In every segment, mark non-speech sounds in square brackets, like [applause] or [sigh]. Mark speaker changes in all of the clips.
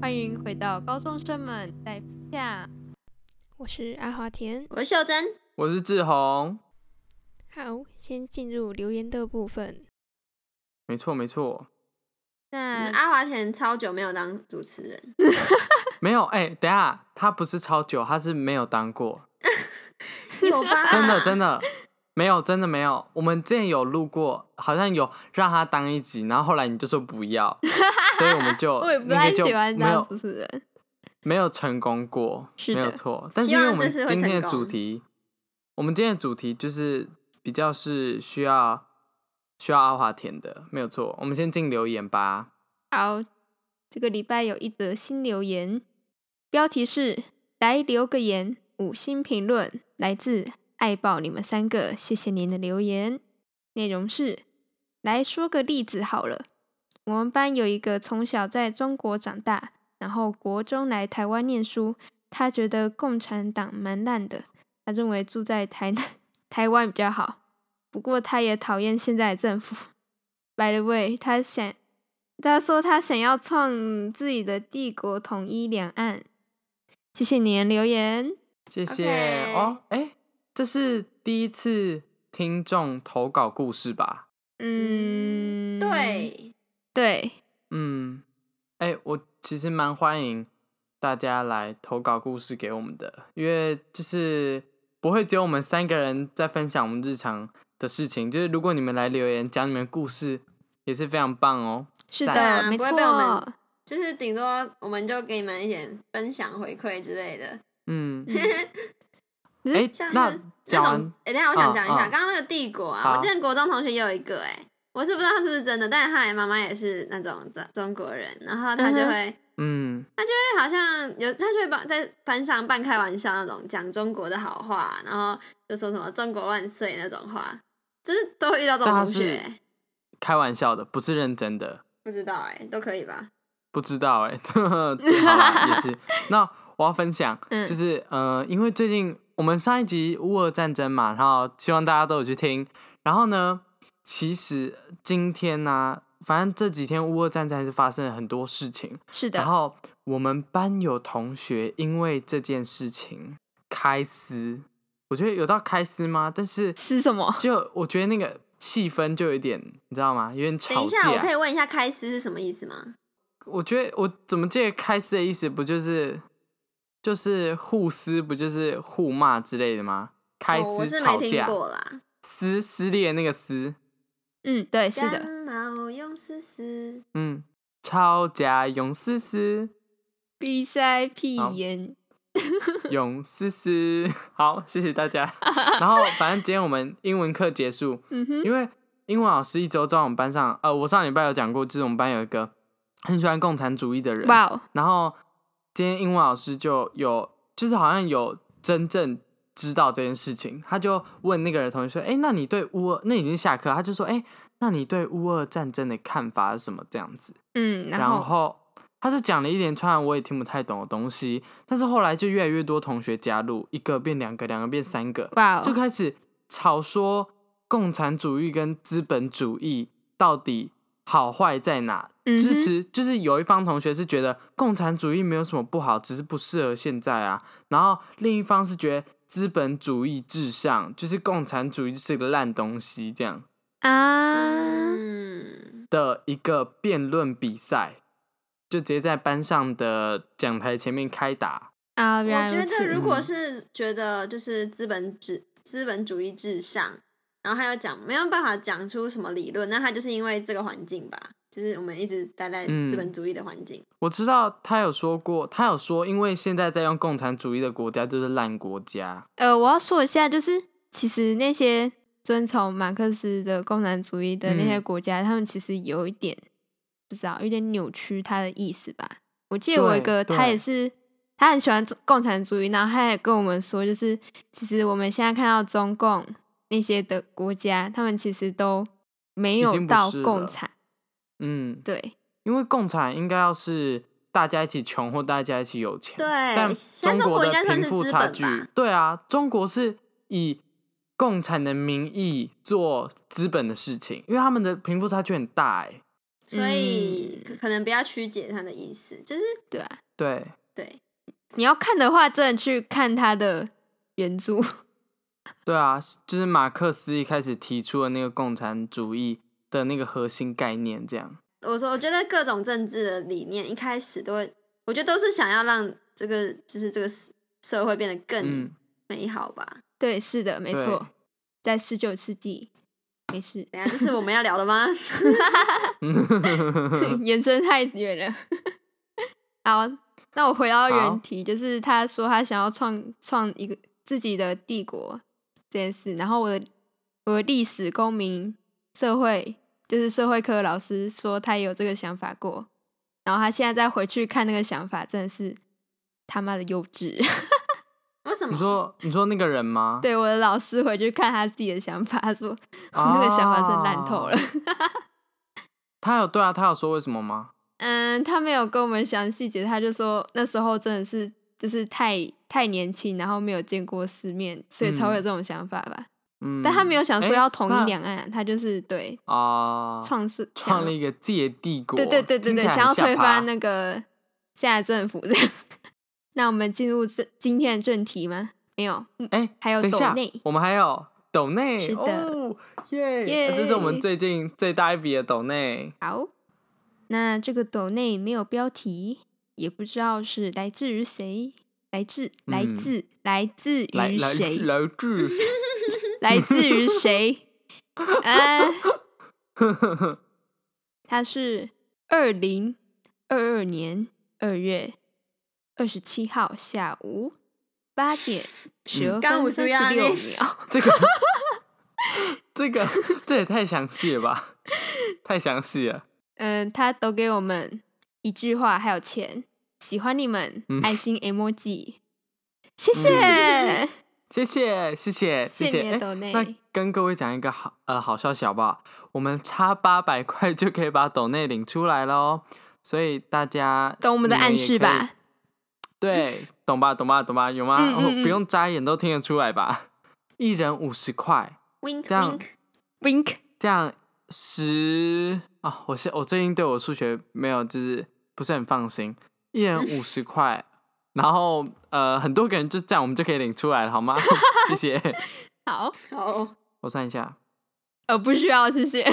Speaker 1: 欢迎回到高中生们在下，
Speaker 2: 我是阿华田。
Speaker 3: 我是秀珍，
Speaker 4: 我是志宏，
Speaker 2: 好，先进入留言的部分。
Speaker 4: 没错没错，
Speaker 1: 那、
Speaker 3: 嗯阿华田超久没有当主持人，
Speaker 4: 没有哎、等一下他不是超久，他是没有当过，
Speaker 3: 有吧？
Speaker 4: 真
Speaker 1: 啊
Speaker 4: 的真的没有，真的没有。我们之前有录过，好像有让他当一集，然后后来你就说
Speaker 1: [laughs]
Speaker 4: 不要，所以我们就
Speaker 1: 我也不
Speaker 4: 那
Speaker 1: 太
Speaker 4: 个就
Speaker 1: 喜欢
Speaker 4: 没
Speaker 1: 当
Speaker 4: 有
Speaker 1: 主持人，
Speaker 4: 没有成功过，
Speaker 1: 是
Speaker 4: 没
Speaker 1: 的
Speaker 4: 有错。但是
Speaker 3: 希
Speaker 4: 因为
Speaker 3: 望
Speaker 4: 我们
Speaker 3: 这次会
Speaker 4: 今天的
Speaker 3: 成
Speaker 4: 主
Speaker 3: 功
Speaker 4: 题，我们今天的主题就是比较是需要需要阿华田的，没有错。我们先进留言吧。
Speaker 1: 好，这个礼拜有一则新留言，标题是“来留个言，五星评论”，来自爱爆你们三个，谢谢您的留言。内容是：来说个例子好了，我们班有一个从小在中国长大，然后国中来台湾念书，他觉得共产党蛮烂的，他认为住在台南 [laughs] 台湾比较好，不过他也讨厌现在的政府。By the way，他想他说他想要创自己的帝国，统一两岸。谢谢你的留言，
Speaker 4: 谢谢
Speaker 3: OK
Speaker 4: 哦，哎，这是第一次听众投稿故事吧？
Speaker 1: 嗯，
Speaker 3: 对，
Speaker 1: 对，
Speaker 4: 嗯，哎，我其实蛮欢迎大家来投稿故事给我们的，因为就是不会只有我们三个人在分享我们日常的事情，就是如果你们来留言讲你们的故事，也是非常棒哦。
Speaker 1: 是
Speaker 4: 对
Speaker 1: 的，
Speaker 4: 啊
Speaker 1: 没
Speaker 3: 不
Speaker 1: 错
Speaker 3: 会被我们。就是顶多我们就给你们一点分享回馈之类的。
Speaker 4: 嗯，
Speaker 3: [laughs]
Speaker 1: 嗯
Speaker 4: 哎
Speaker 3: 像，
Speaker 4: 那
Speaker 3: 是
Speaker 4: 讲
Speaker 3: 那
Speaker 4: 完
Speaker 3: 种，哎、等一下我想讲一下，
Speaker 4: 嗯嗯
Speaker 3: 刚刚、那个帝国啊，
Speaker 4: 好
Speaker 3: 我之前国中同学也有一个、哎，我是不知道他是不是真的，但是他的妈妈也是那种中中国人，然后他就
Speaker 1: 嗯哼
Speaker 3: 会，
Speaker 4: 嗯，
Speaker 3: 他、好像有，他就会把在班上半开玩笑那种讲中国的好话，然后就说什么“中国万岁”那种话，就是都会遇到这种
Speaker 4: 但他
Speaker 3: 同学、
Speaker 4: 是
Speaker 3: 哎
Speaker 4: 开玩笑的，不是认真的。
Speaker 3: 不知道哎、都可以吧？
Speaker 4: 不知道哎、欸， [laughs] 对，好啦，
Speaker 3: [laughs]
Speaker 4: 也是。那我要分享，
Speaker 1: 嗯
Speaker 4: 就是呃，因为最近我们上一集乌俄战争嘛，然后希望大家都有去听。然后呢，其实今天呢、反正这几天乌俄战争还是发生了很多事情。
Speaker 1: 是
Speaker 4: 然
Speaker 1: 的，
Speaker 4: 后我们班有同学因为这件事情开撕，我觉得有到开撕吗？但是
Speaker 1: 撕什么？
Speaker 4: 就我觉得那个气氛就有一点，你知道吗？有点
Speaker 3: 等
Speaker 4: 吵
Speaker 3: 一
Speaker 4: 架。
Speaker 3: 下，我可以问一下开司是什么意思吗？
Speaker 4: 我觉得我怎么记得开撕的意思不就是就是互撕，不就是互骂之类的吗？开
Speaker 3: 哦、我
Speaker 4: 撕、
Speaker 3: 是没
Speaker 4: 吵
Speaker 3: 听
Speaker 4: 架、
Speaker 3: 过啦。
Speaker 4: 撕撕裂那个撕，
Speaker 1: 嗯，对，是
Speaker 3: 感
Speaker 1: 的，
Speaker 3: 冒用丝丝，
Speaker 4: 嗯，抄家勇思思，
Speaker 1: 闭塞屁
Speaker 4: 好
Speaker 1: 眼，
Speaker 4: 勇思思， [laughs] 好，谢谢大家。 [laughs] 然后反正今天我们英文课结束，
Speaker 1: 嗯哼，
Speaker 4: 因为英文老师一周在我们班上，呃，我上礼拜有讲过，就是我们班有一个很喜欢共产主义的人，
Speaker 1: 哇哦，
Speaker 4: 然后今天英文老师就有，就是好像有真正知道这件事情，他就问那个人同学说：“哎，那你对乌俄那已经下课，他就说：哎，那你对乌俄战争的看法是什么？这样子。”
Speaker 1: 嗯，然
Speaker 4: 然
Speaker 1: 后
Speaker 4: 后他就讲了一连串我也听不太懂的东西，但是后来就越来越多同学加入，一个变两个，两个变三个，
Speaker 1: 哇
Speaker 4: 就
Speaker 1: 哦，
Speaker 4: 开始吵说共产主义跟资本主义到底好坏在哪？
Speaker 1: 嗯哼
Speaker 4: 支持就是有一方同学是觉得共产主义没有什么不好，只是不适合现在啊。然后另一方是觉得资本主义至上，就是共产主义就是个烂东西这样
Speaker 1: 啊，
Speaker 3: 嗯，
Speaker 4: 的一个辩论比赛，就直接在班上的讲台前面开打。
Speaker 1: 啊，
Speaker 3: 我
Speaker 1: 原来
Speaker 3: 觉
Speaker 1: 如此，
Speaker 3: 得如果
Speaker 4: 嗯
Speaker 3: 是觉得就是资本至资本主义至上，然后他又讲没有办法讲出什么理论，那他就是因为这个环境吧，就是我们一直待在
Speaker 4: 嗯
Speaker 3: 资本主义的环境，
Speaker 4: 我知道他有说过，他有说，因为现在在用共产主义的国家就是烂国家。
Speaker 1: 呃，我要说一下，就是其实那些遵从马克思的共产主义的那些
Speaker 4: 嗯
Speaker 1: 国家，他们其实有一点不知道，有点扭曲他的意思吧。我记得我有一
Speaker 4: 对
Speaker 1: 个，他
Speaker 4: 对
Speaker 1: 也是，他很喜欢共产主义，然后他也跟我们说，就是其实我们现在看到中共那些的国家，他们其实都没
Speaker 4: 已
Speaker 1: 有
Speaker 4: 经不
Speaker 1: 到
Speaker 4: 是
Speaker 1: 共
Speaker 4: 了
Speaker 1: 产，
Speaker 4: 嗯，
Speaker 1: 对，
Speaker 4: 因为共产应该要是大家一起穷或大家一起有钱，
Speaker 3: 对
Speaker 4: 但
Speaker 3: 现在
Speaker 4: 中
Speaker 3: 中国
Speaker 4: 国的
Speaker 3: 应该算
Speaker 4: 贫
Speaker 3: 是
Speaker 4: 富
Speaker 3: 资
Speaker 4: 差
Speaker 3: 本
Speaker 4: 距
Speaker 3: 吧，
Speaker 4: 对啊，中国是以共产的名义做资本的事情，因为他们的贫富差距很大哎、
Speaker 3: 所以
Speaker 4: 嗯
Speaker 3: 可可能不要曲解他的意思，就是
Speaker 1: 对啊，
Speaker 4: 对，
Speaker 3: 对
Speaker 1: 你要看的话，真的去看他的原著。 [laughs]
Speaker 4: 对啊，就是马克思一开始提出的那个共产主义的那个核心概念，这样。
Speaker 3: 我说，我觉得各种政治的理念一开始都会，我觉得都是想要让这个就是这个社社会变得更
Speaker 4: 嗯，
Speaker 3: 美好吧。
Speaker 1: 对，是的，没
Speaker 4: 对
Speaker 1: 错，在十九世纪，没事，
Speaker 3: 等一下这是我们要聊的吗？ [laughs]
Speaker 4: 嗯
Speaker 1: 延伸太远了。好，那我回到
Speaker 4: 好
Speaker 1: 原题，就是他说他想要创创一个自己的帝国这件事，然后我的我的历史、公民、社会，就是社会科老师说他也有这个想法过，然后他现在再回去看那个想法，真的是他妈的幼稚。 [laughs]
Speaker 3: 为什么？
Speaker 4: [laughs] 你说你说那个人吗？
Speaker 1: 对我的老师回去看他自己的想法，他说我这个想法真烂透了。
Speaker 4: 啊
Speaker 1: [laughs]
Speaker 4: 他有对啊，他有说为什么吗？
Speaker 1: 嗯，他没有跟我们详细解释，他就说那时候真的是就是太太年轻，然后没有见过世面，所以才会有
Speaker 4: 嗯
Speaker 1: 这种想法吧。
Speaker 4: 嗯，
Speaker 1: 但他没有想说
Speaker 4: 诶
Speaker 1: 要统
Speaker 4: 那
Speaker 1: 一两岸，他就是对
Speaker 4: 啊，
Speaker 1: 创世
Speaker 4: 创
Speaker 1: 想
Speaker 4: 立一个自己的帝国，
Speaker 1: 对对对对
Speaker 4: 听起
Speaker 1: 对，
Speaker 4: 来
Speaker 1: 想要
Speaker 4: 很下
Speaker 1: 推
Speaker 4: 趴
Speaker 1: 翻那个现在政府这样。 [laughs] 那我们进入这今天的正题吗？没有，嗯，
Speaker 4: 哎、
Speaker 1: 还有
Speaker 4: 等一
Speaker 1: 抖
Speaker 4: 下
Speaker 1: 内，
Speaker 4: 我们还有抖内，
Speaker 1: 是的
Speaker 4: 哦耶、
Speaker 1: 耶
Speaker 4: 这是我们最近最大一笔的抖内，
Speaker 1: 好，那这个抖内没有标题，也不知道是来自于谁，来自来
Speaker 4: 嗯
Speaker 1: 自、来自
Speaker 4: 来
Speaker 1: 于
Speaker 4: 来
Speaker 1: 谁，
Speaker 4: [laughs] 来
Speaker 1: [laughs]
Speaker 4: 自，
Speaker 1: 来自于谁？呃，他是二零二二年二月二十七号下午八点十二
Speaker 3: 刚
Speaker 1: 分
Speaker 3: 五十
Speaker 1: 三
Speaker 3: 呀
Speaker 1: 十六
Speaker 3: 你
Speaker 1: 秒。
Speaker 4: 这个这个这也太详细了吧，太详细了，
Speaker 1: 嗯、他都给我们一句话，还有钱，喜欢你们，
Speaker 4: 嗯
Speaker 1: 爱心 emoji，谢谢。
Speaker 4: 谢谢谢谢
Speaker 1: 谢谢
Speaker 4: 谢，
Speaker 1: 你的
Speaker 4: 哎
Speaker 1: 抖内
Speaker 4: 那跟各位讲一个好呃好消息好不好？我们差八百块就可以把抖内领出来喽，所以大家
Speaker 1: 懂我们的
Speaker 4: 你也
Speaker 1: 暗示
Speaker 4: 可以
Speaker 1: 吧？
Speaker 4: 对，懂吧，懂吧，懂吧，有吗？
Speaker 1: 嗯嗯
Speaker 4: 哦，
Speaker 1: 嗯
Speaker 4: 不用眨眼都听得出来吧？一人五十块，
Speaker 3: wink
Speaker 4: 这样
Speaker 3: wink，
Speaker 1: wink，
Speaker 4: 这样十啊！我现我最近对我数学没有，就是不是很放心。一人五十块，然后呃，很多个人就这样，我们就可以领出来了，好吗？ [laughs] 谢谢。
Speaker 1: 好，
Speaker 3: 好，
Speaker 4: 我算一下，
Speaker 1: 呃，不需要，谢谢。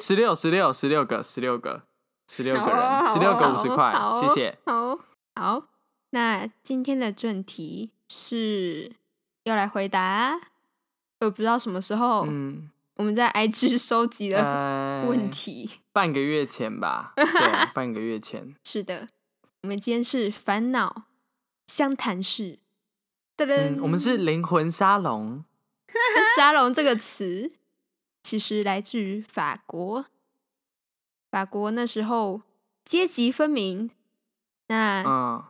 Speaker 4: 十六，十六，十六个，十六个，十六个
Speaker 3: 好
Speaker 4: 人，
Speaker 3: 哦，
Speaker 4: 十六个
Speaker 1: 好
Speaker 4: 五
Speaker 1: 哦
Speaker 4: 十块
Speaker 1: 好，哦
Speaker 4: 谢谢。
Speaker 1: 好好，那今天的正题是要来回答，我不知道什么时候
Speaker 4: 嗯，
Speaker 1: 我们在 IG [laughs] 收集了
Speaker 4: 呃，
Speaker 1: 问题。
Speaker 4: 半个月前吧，对啊，半个月前。
Speaker 1: 是的，我们今天是烦恼相谈室。噔噔、
Speaker 4: 嗯，我们是灵魂沙龙。
Speaker 1: 那 [laughs] 沙龙这个词其实来自于法国，法国那时候阶级分明，那
Speaker 4: 嗯，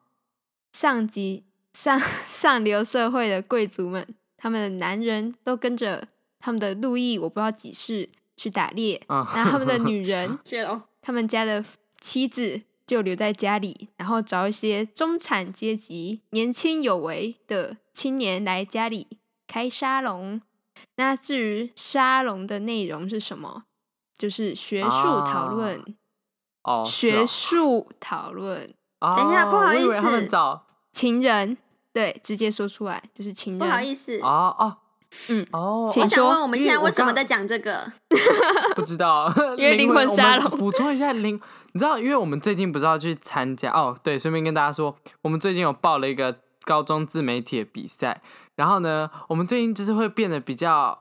Speaker 1: 上级上 [laughs] 上流社会的贵族们，他们的男人都跟着他们的路易，我不知道几世去打猎，
Speaker 4: 嗯
Speaker 1: 那他们
Speaker 4: [laughs]
Speaker 1: 的女人
Speaker 3: 谢喽。
Speaker 1: 他们家的妻子就留在家里，然后找一些中产阶级年轻有为的青年来家里开沙龙。那至于沙龙的内容是什么，就是学术讨
Speaker 4: 啊
Speaker 1: 论，
Speaker 4: 哦，是
Speaker 1: 学术讨论。
Speaker 4: 哦。
Speaker 3: 等一下
Speaker 4: 哦
Speaker 3: 不好
Speaker 4: 我以
Speaker 3: 意
Speaker 4: 为他们
Speaker 3: 思
Speaker 4: 找
Speaker 1: 情人，对，直接说出来就是情人。
Speaker 3: 不好意思，
Speaker 4: 哦哦，
Speaker 1: 嗯
Speaker 4: 哦，
Speaker 1: 请
Speaker 3: 我想
Speaker 4: 哦
Speaker 1: 说
Speaker 3: 问我们现在为什么
Speaker 4: 因为我
Speaker 3: 在讲这个？
Speaker 4: [laughs] 不知道，
Speaker 1: [laughs] 因为灵魂
Speaker 4: 我
Speaker 1: 沙
Speaker 4: 们
Speaker 1: 龙
Speaker 4: 补充一下灵，你知道，因为我们最近不是要去参加哦，对，顺便跟大家说，我们最近有报了一个高中自媒体的比赛，然后呢，我们最近就是会变得比较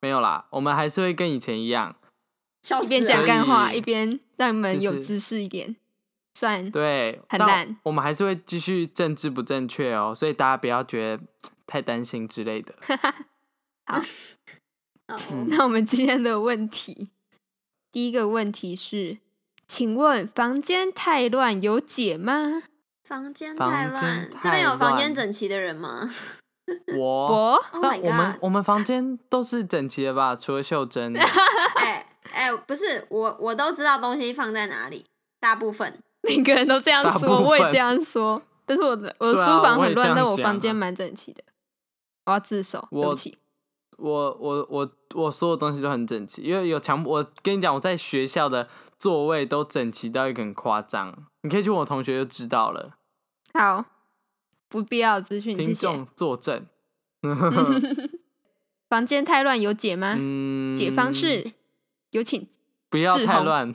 Speaker 4: 没有啦，我们还是会跟以前一样，
Speaker 3: 笑死
Speaker 1: 一边
Speaker 3: 了
Speaker 1: 讲干话，
Speaker 4: 所以
Speaker 1: 一边让你们
Speaker 4: 就
Speaker 1: 有
Speaker 4: 是
Speaker 1: 知识一点，算
Speaker 4: 对，
Speaker 1: 很
Speaker 4: 但
Speaker 1: 烂
Speaker 4: 我们还是会继续政治不正确哦，所以大家不要觉得太担心之类的。
Speaker 3: 哦
Speaker 4: 嗯
Speaker 1: [laughs] 那我们今天的问题，第一个问题是，请问房间太乱有解吗？
Speaker 3: 房间
Speaker 4: 房
Speaker 3: 太
Speaker 4: 间
Speaker 3: 乱，
Speaker 4: 太
Speaker 3: 这边有房间
Speaker 4: 乱
Speaker 3: 整齐的人吗
Speaker 4: 我
Speaker 1: 我 [laughs]
Speaker 4: [laughs]
Speaker 3: ？Oh
Speaker 4: 但
Speaker 3: my
Speaker 4: 我们
Speaker 3: god！
Speaker 4: 我们房间都是整齐的吧？除了
Speaker 1: [laughs]
Speaker 4: 秀珍，
Speaker 3: 哎哎，不是我，我都知道东西放在哪里，大部分
Speaker 1: 每个人都这样
Speaker 4: 大
Speaker 1: 说，
Speaker 4: 部
Speaker 1: 我也
Speaker 4: 分
Speaker 1: 这样说，但是我的我的
Speaker 4: 对啊
Speaker 1: 书房
Speaker 4: 我也
Speaker 1: 很乱，
Speaker 4: 这样
Speaker 1: 但我
Speaker 4: 讲啊
Speaker 1: 房间蛮整齐的。我要自首，对
Speaker 4: 我
Speaker 1: 不起，
Speaker 4: 我我我我所有东西都很整齐，因为有强我跟你讲，我在学校的座位都整齐到一个很夸张，你可以去问我同学就知道了。
Speaker 1: 好，不必要的资讯，谢嗯
Speaker 4: 听
Speaker 1: 谢。
Speaker 4: 众作证， [laughs]
Speaker 1: 房间太乱有解吗？
Speaker 4: 嗯，
Speaker 1: 解方式有请，
Speaker 4: 不要
Speaker 1: 志
Speaker 4: 太
Speaker 1: 宏
Speaker 4: 乱。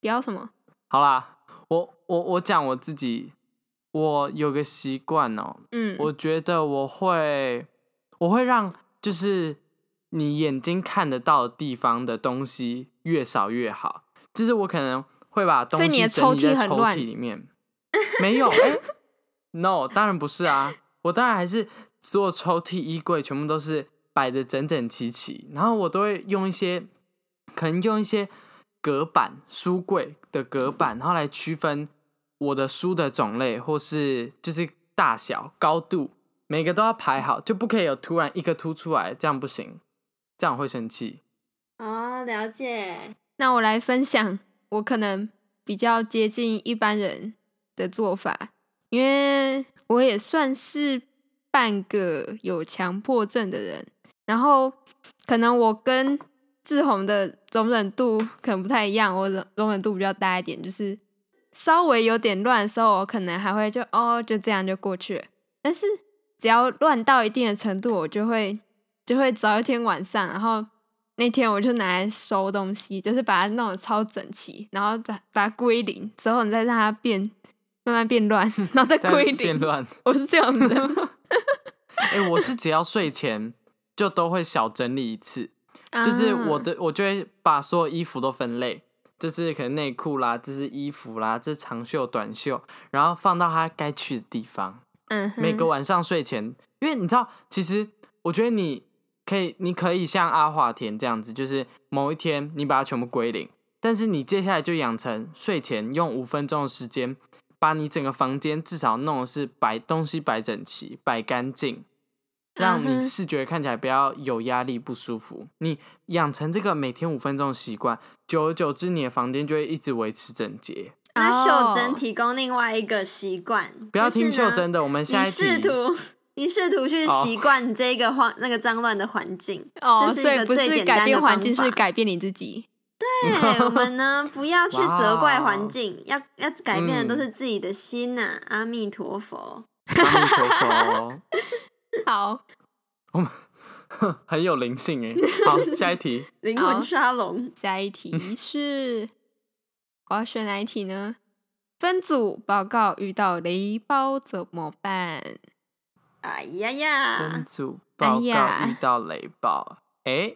Speaker 1: 不要什么
Speaker 4: 好啦，我我我讲我自己，我有个习惯哦，
Speaker 1: 嗯，
Speaker 4: 我觉得我会，我会让就是你眼睛看得到的地方的东西越少越好。就是我可能会把东
Speaker 1: 所以你
Speaker 4: 西
Speaker 1: 的
Speaker 4: 整理
Speaker 1: 抽屉
Speaker 4: 在
Speaker 1: 很
Speaker 4: 抽屉
Speaker 1: 乱
Speaker 4: 里面，没有、哎 n o 当然不是啊，我当然还是所有抽屉、衣柜全部都是摆的整整齐齐，然后我都会用一些，可能用一些隔板、书柜的隔板，然后来区分我的书的种类或是就是大小、高度，每个都要排好，就不可以有突然一个凸出来，这样不行，这样我会生气。
Speaker 3: 哦，了解。
Speaker 1: 那我来分享我可能比较接近一般人的做法，因为我也算是半个有强迫症的人，然后可能我跟志宏的容忍度可能不太一样，我容容忍度比较大一点，就是稍微有点乱的时候，我可能还会就哦就这样就过去了，但是只要乱到一定的程度，我就会就会找一天晚上，然后那天我就拿来收东西，就是把它弄得超整齐，然后把把它归零之后，你再让它变慢慢变乱，然后再
Speaker 4: 这
Speaker 1: 归
Speaker 4: 样变
Speaker 1: 零。
Speaker 4: 乱。
Speaker 1: 我是这样的，
Speaker 4: 哎、我是只要睡前就都会小整理一次， [laughs] 就是
Speaker 1: 啊
Speaker 4: 我的，我就会把所有衣服都分类，就是可能内裤啦，这是衣服啦，这是长袖、短袖，然后放到它该去的地方。
Speaker 1: 嗯哼
Speaker 4: 每个晚上睡前，因为你知道，其实我觉得你可以，你可以像阿华田这样子，就是某一天你把它全部归零，但是你接下来就养成睡前用五分钟的时间，把你整个房间至少弄的是摆东西摆整齐、摆干净，让
Speaker 1: 嗯
Speaker 4: 你
Speaker 1: 哼
Speaker 4: 视觉看起来不要有压力、不舒服。你养成这个每天五分钟的习惯，久而久之，你的房间就会一直维持整洁。
Speaker 3: 那
Speaker 1: 哦
Speaker 3: 秀珍提供另外一个习惯，
Speaker 4: 不要
Speaker 3: 就是
Speaker 4: 听秀
Speaker 3: 呢
Speaker 4: 珍的，我们下
Speaker 3: 你
Speaker 4: 一
Speaker 3: 试
Speaker 4: 题。
Speaker 3: 图，你试图去
Speaker 4: 哦
Speaker 3: 习惯这个荒那个脏乱的环境。
Speaker 1: [laughs] 哦，
Speaker 3: 这是一
Speaker 1: 所以
Speaker 3: 个
Speaker 1: 不
Speaker 3: 最
Speaker 1: 是
Speaker 3: 简
Speaker 1: 改
Speaker 3: 单
Speaker 1: 变
Speaker 3: 的
Speaker 1: 环
Speaker 3: 方
Speaker 1: 境，是
Speaker 3: 法
Speaker 1: 改变你自己。
Speaker 3: 对，我们
Speaker 4: [laughs]
Speaker 3: 呢不要去责怪环境，
Speaker 4: 哦
Speaker 3: 要要改变的
Speaker 4: 嗯
Speaker 3: 都是自己的心呐、阿弥陀佛。
Speaker 4: 阿弥陀佛。
Speaker 1: 好，
Speaker 4: [laughs] 很有灵性
Speaker 1: [laughs]
Speaker 4: 哎。好，下一题。
Speaker 3: 灵
Speaker 1: 好
Speaker 3: 魂沙龙，
Speaker 1: 下一题
Speaker 4: 嗯
Speaker 1: 是我要选哪一题呢？分组报告遇到雷包怎么办？
Speaker 3: 哎呀
Speaker 4: 分
Speaker 3: 呀，
Speaker 4: 组
Speaker 1: 哎
Speaker 4: 报告
Speaker 1: 呀
Speaker 4: 遇到雷暴，哎、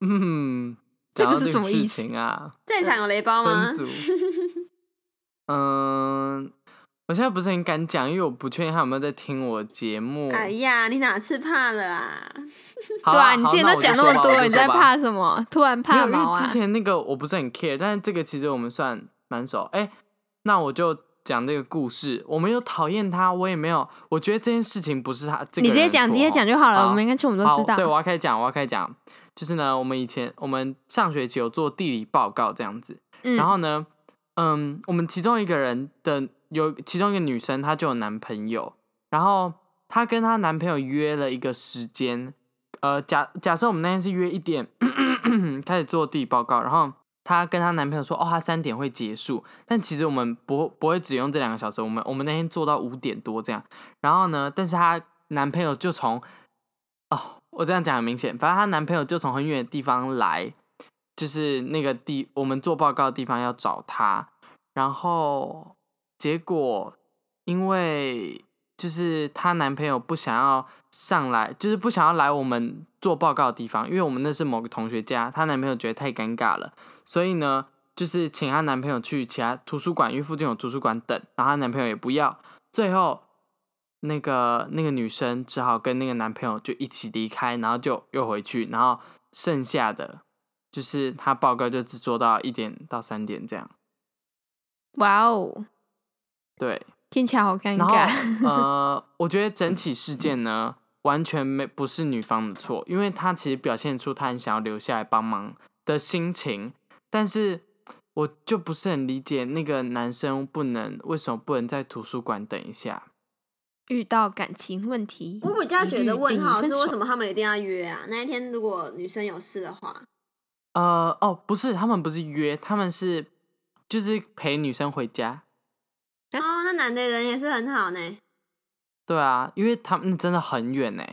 Speaker 4: 嗯，
Speaker 1: 这
Speaker 4: 讲
Speaker 1: 个
Speaker 4: 到
Speaker 1: 是
Speaker 4: 这
Speaker 1: 什么
Speaker 4: 个事
Speaker 1: 意思啊
Speaker 4: 情啊，
Speaker 3: 在场有雷包吗
Speaker 4: 分？
Speaker 1: [laughs]
Speaker 4: 组，嗯，我现在不是很敢讲，因为我不确定他有没有在听我节目。
Speaker 3: 哎呀，你哪次怕了啊？
Speaker 4: 好
Speaker 1: 对
Speaker 4: 啦
Speaker 1: 啊，你之前都讲那么多，你在？
Speaker 4: 好那我就说吧我就说吧
Speaker 1: 怕什么？突然
Speaker 4: 没有
Speaker 1: 怕
Speaker 4: 因
Speaker 1: 毛
Speaker 4: 为之
Speaker 1: 啊？
Speaker 4: 前那个我不是很 care，但是这个其实我们算蛮熟。哎、那我就讲这个故事，我没有讨厌他，我也没有，我觉得这件事情不是他这个
Speaker 1: 你直接
Speaker 4: 人
Speaker 1: 讲，
Speaker 4: 错
Speaker 1: 直接
Speaker 4: 哦
Speaker 1: 讲就好了。
Speaker 4: 好
Speaker 1: 我们应该全部都
Speaker 4: 好，
Speaker 1: 知道
Speaker 4: 对，。啊我要开始讲，我要开始讲，就是呢，我们以前我们上学期有做地理报告这样子，
Speaker 1: 嗯，
Speaker 4: 然后呢，嗯，我们其中一个人的有其中一个女生，她就有男朋友，然后她跟她男朋友约了一个时间，呃，假假设我们那天是约一点 [clears throat] 开始做地理报告，然后她跟她男朋友说，哦，她三点会结束，但其实我们不不会只用这两个小时，我们我们那天做到五点多这样，然后呢，但是她男朋友就从哦，我这样讲很明显，反正她男朋友就从很远的地方来，就是那个地我们做报告的地方要找她，然后结果因为就是她男朋友不想要上来，就是不想要来我们做报告的地方，因为我们那是某个同学家，她男朋友觉得太尴尬了，所以呢。就是请她男朋友去其他图书馆，因为附近有图书馆等，然后她男朋友也不要，最后那个那个女生只好跟那个男朋友就一起离开，然后就又回去，然后剩下的就是她报告就只做到一点到三点这样。
Speaker 1: 哇哦，
Speaker 4: 对，
Speaker 1: 听起来好尴
Speaker 4: 然后
Speaker 1: 尬。 [laughs]
Speaker 4: 呃，我觉得整起事件呢，完全没不是女方的错，因为她其实表现出她很想要留下来帮忙的心情，但是我就不是很理解那个男生不能为什么不能在图书馆等一下。
Speaker 1: 遇到感情问题，
Speaker 3: 我比较觉得问
Speaker 4: 嗯
Speaker 3: 号是为什
Speaker 1: 么？
Speaker 3: 么他们一定要约啊？那一天如果女生有事的话，
Speaker 4: 呃，哦，不是，他们不是约，他们是就是陪女生回家。
Speaker 1: 啊
Speaker 3: 哦，那男的人也是很好呢。
Speaker 4: 对啊，因为他们真的很远欸呢，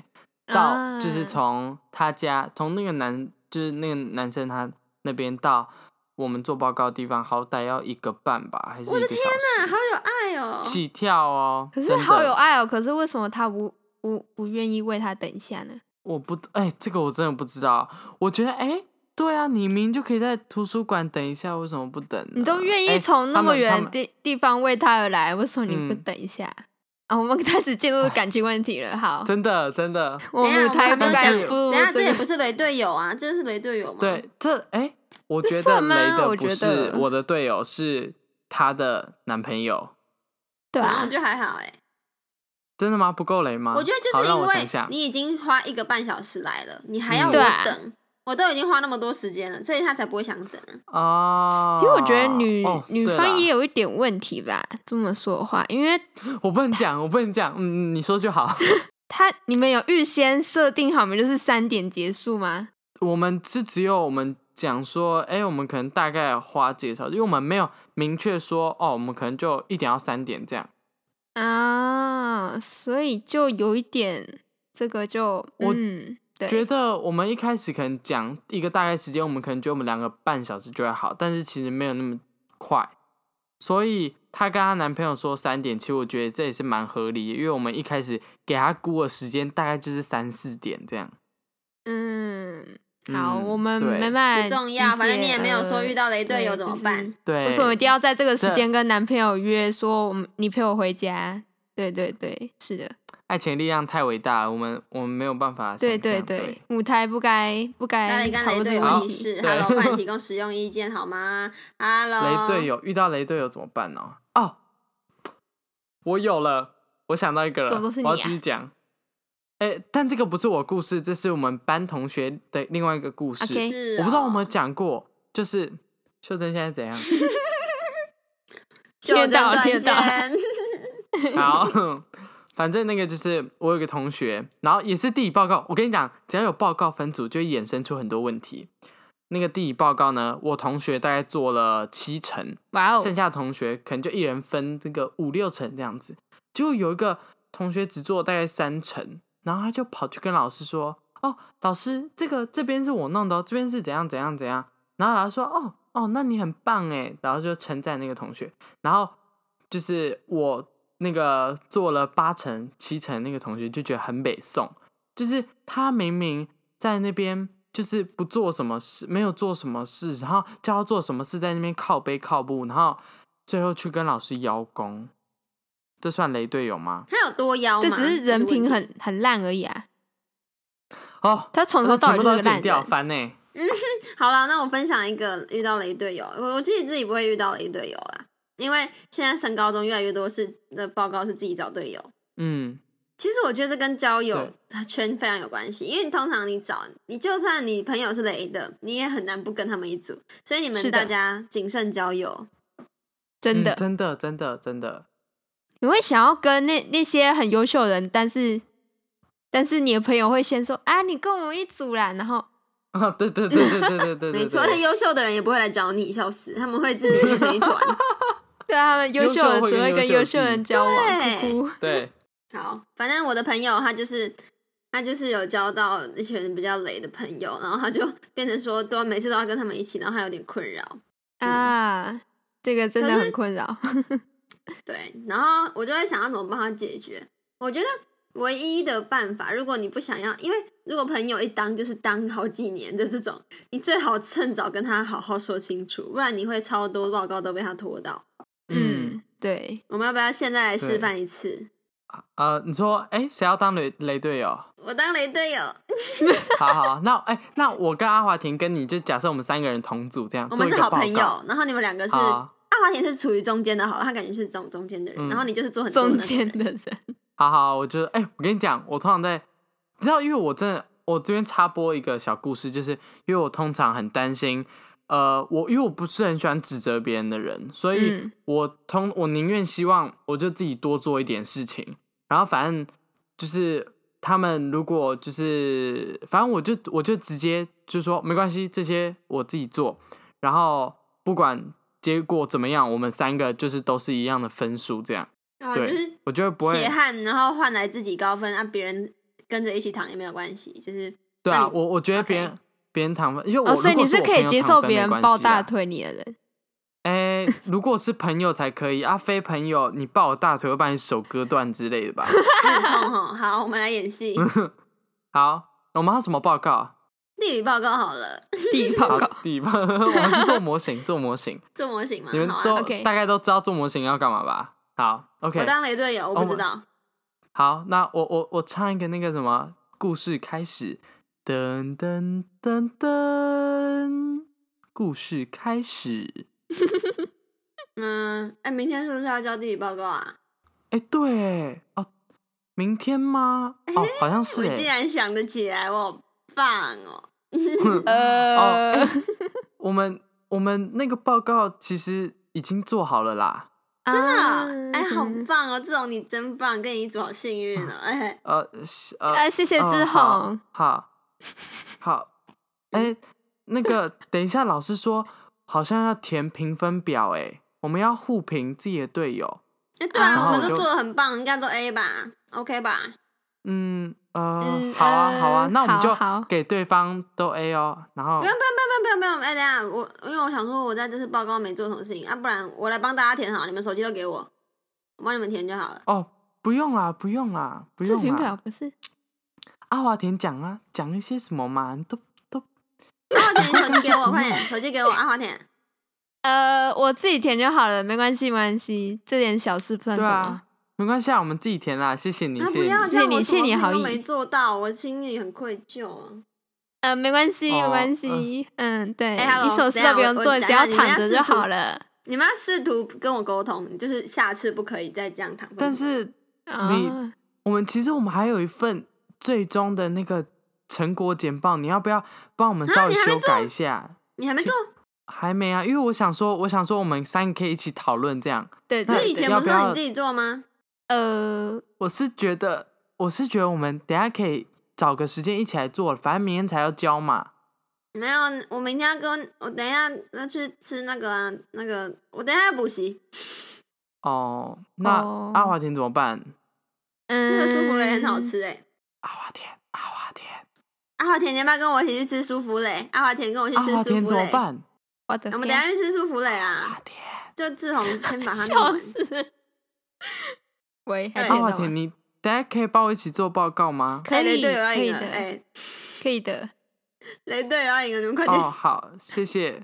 Speaker 4: 到就是
Speaker 1: 啊
Speaker 4: 从他家，从那个男，就是那个男生他那边到我们做报告的地方，好歹要一个半吧，还是一个小
Speaker 3: 啊，
Speaker 4: 时
Speaker 3: 好有爱哦！
Speaker 4: 起跳哦。
Speaker 1: 可是
Speaker 4: 真
Speaker 1: 好
Speaker 4: 的
Speaker 1: 有爱哦，可是为什么他不不不愿意为他等一下呢？
Speaker 4: 我不，哎、这个我真的不知道。我觉得，哎、对啊，你明明就可以在图书馆等一下，为什么不等呢？
Speaker 1: 你都愿意
Speaker 4: 哎
Speaker 1: 从那
Speaker 4: 他
Speaker 1: 么
Speaker 4: 们他
Speaker 1: 远
Speaker 4: 们
Speaker 1: 地地方为他而来，为什么你不
Speaker 4: 嗯
Speaker 1: 等一下？啊，我们 [laughs] 开始进入感情问题了。好，
Speaker 4: 真的真的，
Speaker 1: 我
Speaker 3: 等一下
Speaker 1: 们
Speaker 3: 我
Speaker 1: 太不
Speaker 3: 还哦没有
Speaker 1: 敢
Speaker 3: 讲
Speaker 1: 步入
Speaker 3: 等一下，这
Speaker 1: 这
Speaker 3: 也
Speaker 1: 个
Speaker 3: 不是雷队友啊，这是雷队友吗？，
Speaker 4: 对，这哎、我
Speaker 1: 这
Speaker 4: 觉得
Speaker 1: 算吗
Speaker 4: 雷
Speaker 1: 我
Speaker 4: 的不
Speaker 1: 觉
Speaker 4: 是
Speaker 1: 得
Speaker 4: 我的队友，是她的男朋友。
Speaker 1: 对
Speaker 3: 啊，我
Speaker 1: 啊
Speaker 3: 觉，得还好哎。
Speaker 4: 真的吗？不够雷吗？
Speaker 3: 我觉得就
Speaker 4: 好
Speaker 3: 是
Speaker 4: 让
Speaker 3: 因
Speaker 4: 我想
Speaker 3: 为
Speaker 4: 想，
Speaker 3: 你已经花一个半小时来了，你还要
Speaker 4: 嗯
Speaker 3: 我
Speaker 1: 对啊
Speaker 3: 等，我都已经花那么多时间了，所以他才不会想等啊。
Speaker 4: 哦，
Speaker 1: 其实我觉得女、
Speaker 4: 哦
Speaker 1: 女
Speaker 4: 对
Speaker 1: 方
Speaker 4: 啦
Speaker 1: 也有一点问题吧。这么说的话，因为
Speaker 4: 我不能讲，我不能讲，嗯，嗯你说
Speaker 1: [laughs]
Speaker 4: 就好。
Speaker 1: 他你们有预先设定好，我们就是三点结束吗？
Speaker 4: 我们是只有我们讲说，哎、我们可能大概花介绍，因为我们没有明确说，哦，我们可能就一点到三点这样。
Speaker 1: 啊，所以就有一点这个就
Speaker 4: 我
Speaker 1: 嗯，
Speaker 4: 觉
Speaker 1: 对，
Speaker 4: 得我们一开始可能讲一个大概时间，我们可能觉得我们两个半小时就会好，但是其实没有那么快。所以她跟她男朋友说三点，其实我觉得这也是蛮合理的，因为我们一开始给她估的时间大概就是三四点这样。
Speaker 1: 嗯，好，
Speaker 4: 嗯
Speaker 1: 我们
Speaker 4: 对
Speaker 1: 没办法
Speaker 3: 不重要，
Speaker 1: 哎理
Speaker 3: 反正你
Speaker 1: 解
Speaker 3: 也没有说
Speaker 1: 呃
Speaker 3: 遇到雷队友
Speaker 1: 对
Speaker 3: 怎么
Speaker 1: 就是
Speaker 3: 办？
Speaker 4: 对，
Speaker 1: 为什么一定要在这个时
Speaker 4: 这
Speaker 1: 间跟男朋友约说我们你陪我回家？对对对，是的，
Speaker 4: 爱情力量太伟大了，我们我们没有办法想
Speaker 1: 对对
Speaker 4: 象
Speaker 1: 对，母胎不该不
Speaker 3: 大
Speaker 1: 该
Speaker 3: 家
Speaker 1: 讨
Speaker 3: 跟
Speaker 1: 论这
Speaker 3: 雷队友
Speaker 1: 个
Speaker 4: 好
Speaker 1: 问
Speaker 3: 提
Speaker 1: 题。
Speaker 3: 示
Speaker 4: 对
Speaker 3: ，Hello，快提供实用意见好吗？Hello，
Speaker 4: 雷队友遇到雷队友怎么办呢？哦，我有了，我想到一个了，
Speaker 1: 怎么都是你
Speaker 4: 我
Speaker 1: 啊
Speaker 4: 要继续讲。哎、但这个不是我故事，这是我们班同学的另外一个故事。
Speaker 1: 啊 OK
Speaker 3: 是、哦，
Speaker 4: 哎我不知道我有没有讲过，就是秀珍现在怎样？
Speaker 3: 就
Speaker 1: 听得到
Speaker 3: 这段
Speaker 1: 听得到
Speaker 3: 先
Speaker 4: [laughs] 好，反正那个就是我有个同学，然后也是地理报告。我跟你讲，只要有报告分组，就会衍生出很多问题。那个地理报告呢，我同学大概做了七成，
Speaker 1: 哇
Speaker 4: 剩
Speaker 1: 哦，
Speaker 4: 下的同学可能就一人分这个五六成这样子。就有一个同学只做大概三成，然后他就跑去跟老师说：“哦，老师，这个这边是我弄的哦，这边是怎样怎样怎样。”然后老师说：“哦哦，那你很棒哎。”然后就称赞那个同学。然后就是我那个做了八成七成那个同学就觉得很北宋，就是他明明在那边就是不做什么事，没有做什么事，然后叫他做什么事，在那边靠背靠步，然后最后去跟老师邀功，这算雷队友吗？
Speaker 3: [laughs] 他有多妖吗？
Speaker 1: 这只是人
Speaker 3: 问
Speaker 1: 品
Speaker 3: 题
Speaker 1: 很很烂而已啊，
Speaker 4: 哦，
Speaker 1: 他从头
Speaker 4: 这
Speaker 1: 到尾
Speaker 4: 全部
Speaker 1: 就
Speaker 4: 都
Speaker 1: 是个烂
Speaker 4: 剪掉，欸
Speaker 1: 人。
Speaker 4: 烦呢、
Speaker 3: 好啦，那我分享一个遇到雷队友，我我自己自己不会遇到雷队友啦，因为现在升高中越来越多是的报告是自己找队友。
Speaker 4: 嗯，
Speaker 3: 其实我觉得这跟交友
Speaker 4: 对
Speaker 3: 圈非常有关系，因为通常你找你就算你朋友是雷的，你也很难不跟他们一组，所以你
Speaker 1: 是
Speaker 3: 们
Speaker 1: 的
Speaker 3: 大家谨慎交友。
Speaker 1: 真的
Speaker 4: 嗯，真的，真的，真的，
Speaker 1: 你会想要跟那那些很优秀的人，但是但是你的朋友会先说啊，你跟我一组啦，然后
Speaker 4: 啊、对对对对对
Speaker 1: [laughs]
Speaker 4: 对对对，
Speaker 3: 没错，那
Speaker 4: 对
Speaker 3: 优秀的人也不会来找你，笑死，他们会自己聚成一团。
Speaker 1: 对啊他们优
Speaker 4: 优
Speaker 1: 秀
Speaker 4: 秀
Speaker 1: 的
Speaker 4: 会
Speaker 1: 只
Speaker 4: 跟
Speaker 1: 会
Speaker 4: 优
Speaker 1: 跟
Speaker 4: 秀
Speaker 1: 优秀的人
Speaker 4: 进
Speaker 1: 交往，
Speaker 3: 对
Speaker 1: 哭哭。 [laughs]
Speaker 4: 对，
Speaker 3: 好，反正我的朋友他就是他就是有交到一群比较雷的朋友，然后他就 [laughs] 变成说，都每次都要跟他们一起，然后他有点困扰。
Speaker 1: 啊，这个真的
Speaker 3: 可
Speaker 1: 很
Speaker 3: 是
Speaker 1: 困扰。
Speaker 3: 对，然后我就会想要怎么帮他解决。我觉得唯一的办法，如果你不想要，因为如果朋友一当就是当好几年的这种，你最好趁早跟他好好说清楚，不然你会超多报告都被他拖到。
Speaker 4: 嗯，
Speaker 1: 嗯， [laughs] 对，
Speaker 3: 我们要不要现在来示
Speaker 4: 对
Speaker 3: 范一次？
Speaker 4: 呃，你说，哎、谁要当雷雷队友？
Speaker 3: 我当雷队友，
Speaker 4: 好好，那哎、那我跟阿华庭跟你就假设我们三个人同组这样，
Speaker 3: 我们
Speaker 4: 做一
Speaker 3: 是
Speaker 4: 个
Speaker 3: 好
Speaker 4: 报
Speaker 3: 朋
Speaker 4: 告
Speaker 3: 友，然后你们两个是
Speaker 4: 好
Speaker 3: 阿华田是处于中间的，好了，他感觉是中中间的人，
Speaker 4: 嗯
Speaker 3: 然后你就是做很多的那
Speaker 1: 中
Speaker 3: 个
Speaker 1: 间
Speaker 3: 人
Speaker 1: 的人，
Speaker 4: 好好，我觉得，哎、我跟你讲，我通常在，你知道，因为我真的，我这边插播一个小故事，就是因为我通常很担心，呃，我因为我不是很喜欢指责别人的人，所以
Speaker 1: 嗯
Speaker 4: 我通我宁愿希望我就自己多做一点事情，然后反正就是他们如果就是，反正我就我就直接就说没关系，这些我自己做，然后不管结果怎么样，我们三个就是都是一样的分数，这样
Speaker 3: 啊，就
Speaker 4: 对
Speaker 3: 是
Speaker 4: 我觉得不
Speaker 3: 血
Speaker 4: 会。
Speaker 3: 汗，然后换来自己高分，啊，别人跟着一起躺也没有关系，
Speaker 4: [laughs]
Speaker 3: 就是
Speaker 4: 对啊，
Speaker 3: 那你
Speaker 4: 我我觉得
Speaker 3: OK
Speaker 4: 别人别人躺分，因为我、
Speaker 1: 哦，所以
Speaker 4: 如
Speaker 1: 你
Speaker 4: 果是
Speaker 1: 是
Speaker 4: 我
Speaker 1: 可
Speaker 4: 朋
Speaker 1: 以
Speaker 4: 友
Speaker 1: 接
Speaker 4: 躺
Speaker 1: 受
Speaker 4: 分
Speaker 1: 别
Speaker 4: 没
Speaker 1: 人
Speaker 4: 关
Speaker 1: 抱
Speaker 4: 系
Speaker 1: 大
Speaker 4: 啊
Speaker 1: 腿你的
Speaker 3: [laughs]
Speaker 1: 人，
Speaker 4: 哎、如果是朋友才可以啊，非朋友你抱我大腿会把你手割断之类
Speaker 1: [laughs]
Speaker 4: 的吧？
Speaker 3: 很痛吼。好，我们来演
Speaker 4: [laughs]
Speaker 3: 戏，
Speaker 4: 好，我们还有什么报告？啊
Speaker 3: 地理报告好了， [laughs]
Speaker 1: 第一报
Speaker 4: 好
Speaker 1: 告，
Speaker 4: 地方，我们是做模型，做
Speaker 1: [laughs]
Speaker 4: 模型，
Speaker 3: 做模型嘛，
Speaker 4: 你们
Speaker 3: 好啊
Speaker 4: 都、
Speaker 1: OK
Speaker 4: 大概都知道做模型要干嘛吧？好
Speaker 3: 我
Speaker 4: ，OK，
Speaker 3: 当雷队友，我
Speaker 4: 哦
Speaker 3: 不知
Speaker 4: 我
Speaker 3: 道。
Speaker 4: 好，那我我我唱一个那个什么故事开始，噔噔噔噔，故事开始。
Speaker 3: 嗯，哎，明天是不是要交地理报告啊？
Speaker 4: 哎、对哦，明天吗？哦，好像是
Speaker 3: 我
Speaker 4: 哎、
Speaker 3: 竟然想得起来，我好棒哦！
Speaker 1: [laughs] 呃，
Speaker 4: 哎我们我们那个报告其实已经做好了啦。
Speaker 1: 真
Speaker 4: 嗯
Speaker 3: 啊，哎，好棒哦！志宏，你真棒，跟你一组好幸运
Speaker 4: [laughs]
Speaker 3: 哦！哎，
Speaker 4: 呃是呃，
Speaker 1: 啊，谢谢
Speaker 4: 哦
Speaker 1: 志宏，
Speaker 4: 好，好，哎、那个等一下，老师说好像要填评分表、哎，我们要互评自己的队友。
Speaker 3: 哎，对
Speaker 4: 然
Speaker 3: 啊，
Speaker 4: 后
Speaker 3: 我
Speaker 4: 我
Speaker 3: 们
Speaker 4: 就
Speaker 3: 都做的很棒，应该都 A 吧？OK 吧？
Speaker 4: 嗯呃，
Speaker 1: 嗯
Speaker 4: 好啊，好啊，
Speaker 1: 呃
Speaker 4: 那我们就
Speaker 1: 好好
Speaker 4: 给对方都 A 哦。然后
Speaker 3: 不，用不用不用不用不用不用！哎，等一下我，因为我想说，我在这次报告没做什么事情啊，不然我来帮大家填好，你们手机都给我，我帮你们填就好了。
Speaker 4: 哦，不用啦，不用啦，不
Speaker 1: 是
Speaker 4: 用
Speaker 1: 评表
Speaker 4: 啦。
Speaker 1: 不是？
Speaker 4: 阿华田讲啊，讲一些什么嘛？你都都
Speaker 3: 阿华田，你手机给啊我，快点，手机给我，啊阿华田。
Speaker 1: 呃，我自己填就好了，没关系，没关系，这点小事不算什么
Speaker 4: 对啊。，没关系啊，我们自己填啦，谢谢 [laughs] 你，
Speaker 3: 啊，不
Speaker 4: 谢谢
Speaker 3: 要
Speaker 4: 你。
Speaker 1: 谢
Speaker 3: 这样，
Speaker 1: 谢你
Speaker 3: 我什
Speaker 1: 谢谢
Speaker 3: 么
Speaker 1: 你
Speaker 3: 事情
Speaker 1: 好
Speaker 3: 都
Speaker 1: 意
Speaker 3: 没做到，我心里很愧疚啊。
Speaker 1: 呃，没关系，没
Speaker 4: 哦
Speaker 1: 关
Speaker 4: 嗯
Speaker 1: 系，嗯，对，
Speaker 3: 哎，hello，
Speaker 1: 你手势
Speaker 3: 等一下
Speaker 1: 都不用
Speaker 3: 我
Speaker 1: 做，
Speaker 3: 我
Speaker 1: 你只
Speaker 3: 等一
Speaker 1: 要
Speaker 3: 下你们
Speaker 1: 躺
Speaker 3: 要
Speaker 1: 着
Speaker 3: 试
Speaker 1: 就
Speaker 3: 图
Speaker 1: 好了。
Speaker 3: 你们要试图跟我沟通，就是下次不可以再这样躺分。
Speaker 4: 但是你
Speaker 1: 啊，
Speaker 4: 我们其实我们还有一份最终的那个成果简报，你要不要帮我们
Speaker 3: 啊
Speaker 4: 稍微
Speaker 3: 你还没
Speaker 4: 修改一下？
Speaker 3: 你还没做，
Speaker 4: 还没啊，因为我想说，我想说我们三个可以一起讨论这样。
Speaker 1: 对
Speaker 4: 那
Speaker 3: 你
Speaker 1: 对
Speaker 3: 以前
Speaker 1: 对，
Speaker 4: 要
Speaker 3: 不是
Speaker 4: 不要
Speaker 3: 说你自己做吗？
Speaker 1: 呃，
Speaker 4: 我是觉得，我是觉得我们等一下可以找个时间一起来做，反正明天才要交嘛。
Speaker 3: 没有，我明天要跟我等一下要去吃那个啊，那个，我等一下要补习。
Speaker 4: 哦，那
Speaker 1: 哦
Speaker 4: 阿华田怎么办？
Speaker 3: [laughs] 那
Speaker 1: 嗯，
Speaker 3: 个舒芙蕾很好。吃
Speaker 4: 嗯
Speaker 3: 哎、
Speaker 4: 阿华田，阿华田，
Speaker 3: 阿华田，你要不要跟我一起去吃舒芙蕾？阿华田跟我去
Speaker 4: 阿
Speaker 3: 吃舒
Speaker 4: 华田
Speaker 3: 芙
Speaker 4: 怎么
Speaker 3: 蕾。
Speaker 4: 办？
Speaker 1: 我的
Speaker 3: 我们等
Speaker 1: 天
Speaker 3: 一下去吃舒芙蕾啊！
Speaker 4: 阿田，
Speaker 3: 就志宏先把它弄
Speaker 1: 笑
Speaker 4: [laughs]
Speaker 3: 完。 [laughs]
Speaker 1: 死！喂，还
Speaker 3: 哎
Speaker 4: 阿
Speaker 1: 填
Speaker 4: 华
Speaker 1: 到吗
Speaker 4: 田，你等一下可以帮我一起做报
Speaker 1: [laughs]
Speaker 4: 告吗？
Speaker 1: 可以
Speaker 3: 哎雷队友要
Speaker 1: 可以
Speaker 3: 赢了，
Speaker 1: 的，
Speaker 3: 哎，
Speaker 1: 可以的。
Speaker 3: 雷队友要赢了，你们快点。
Speaker 4: 哦，好，谢谢。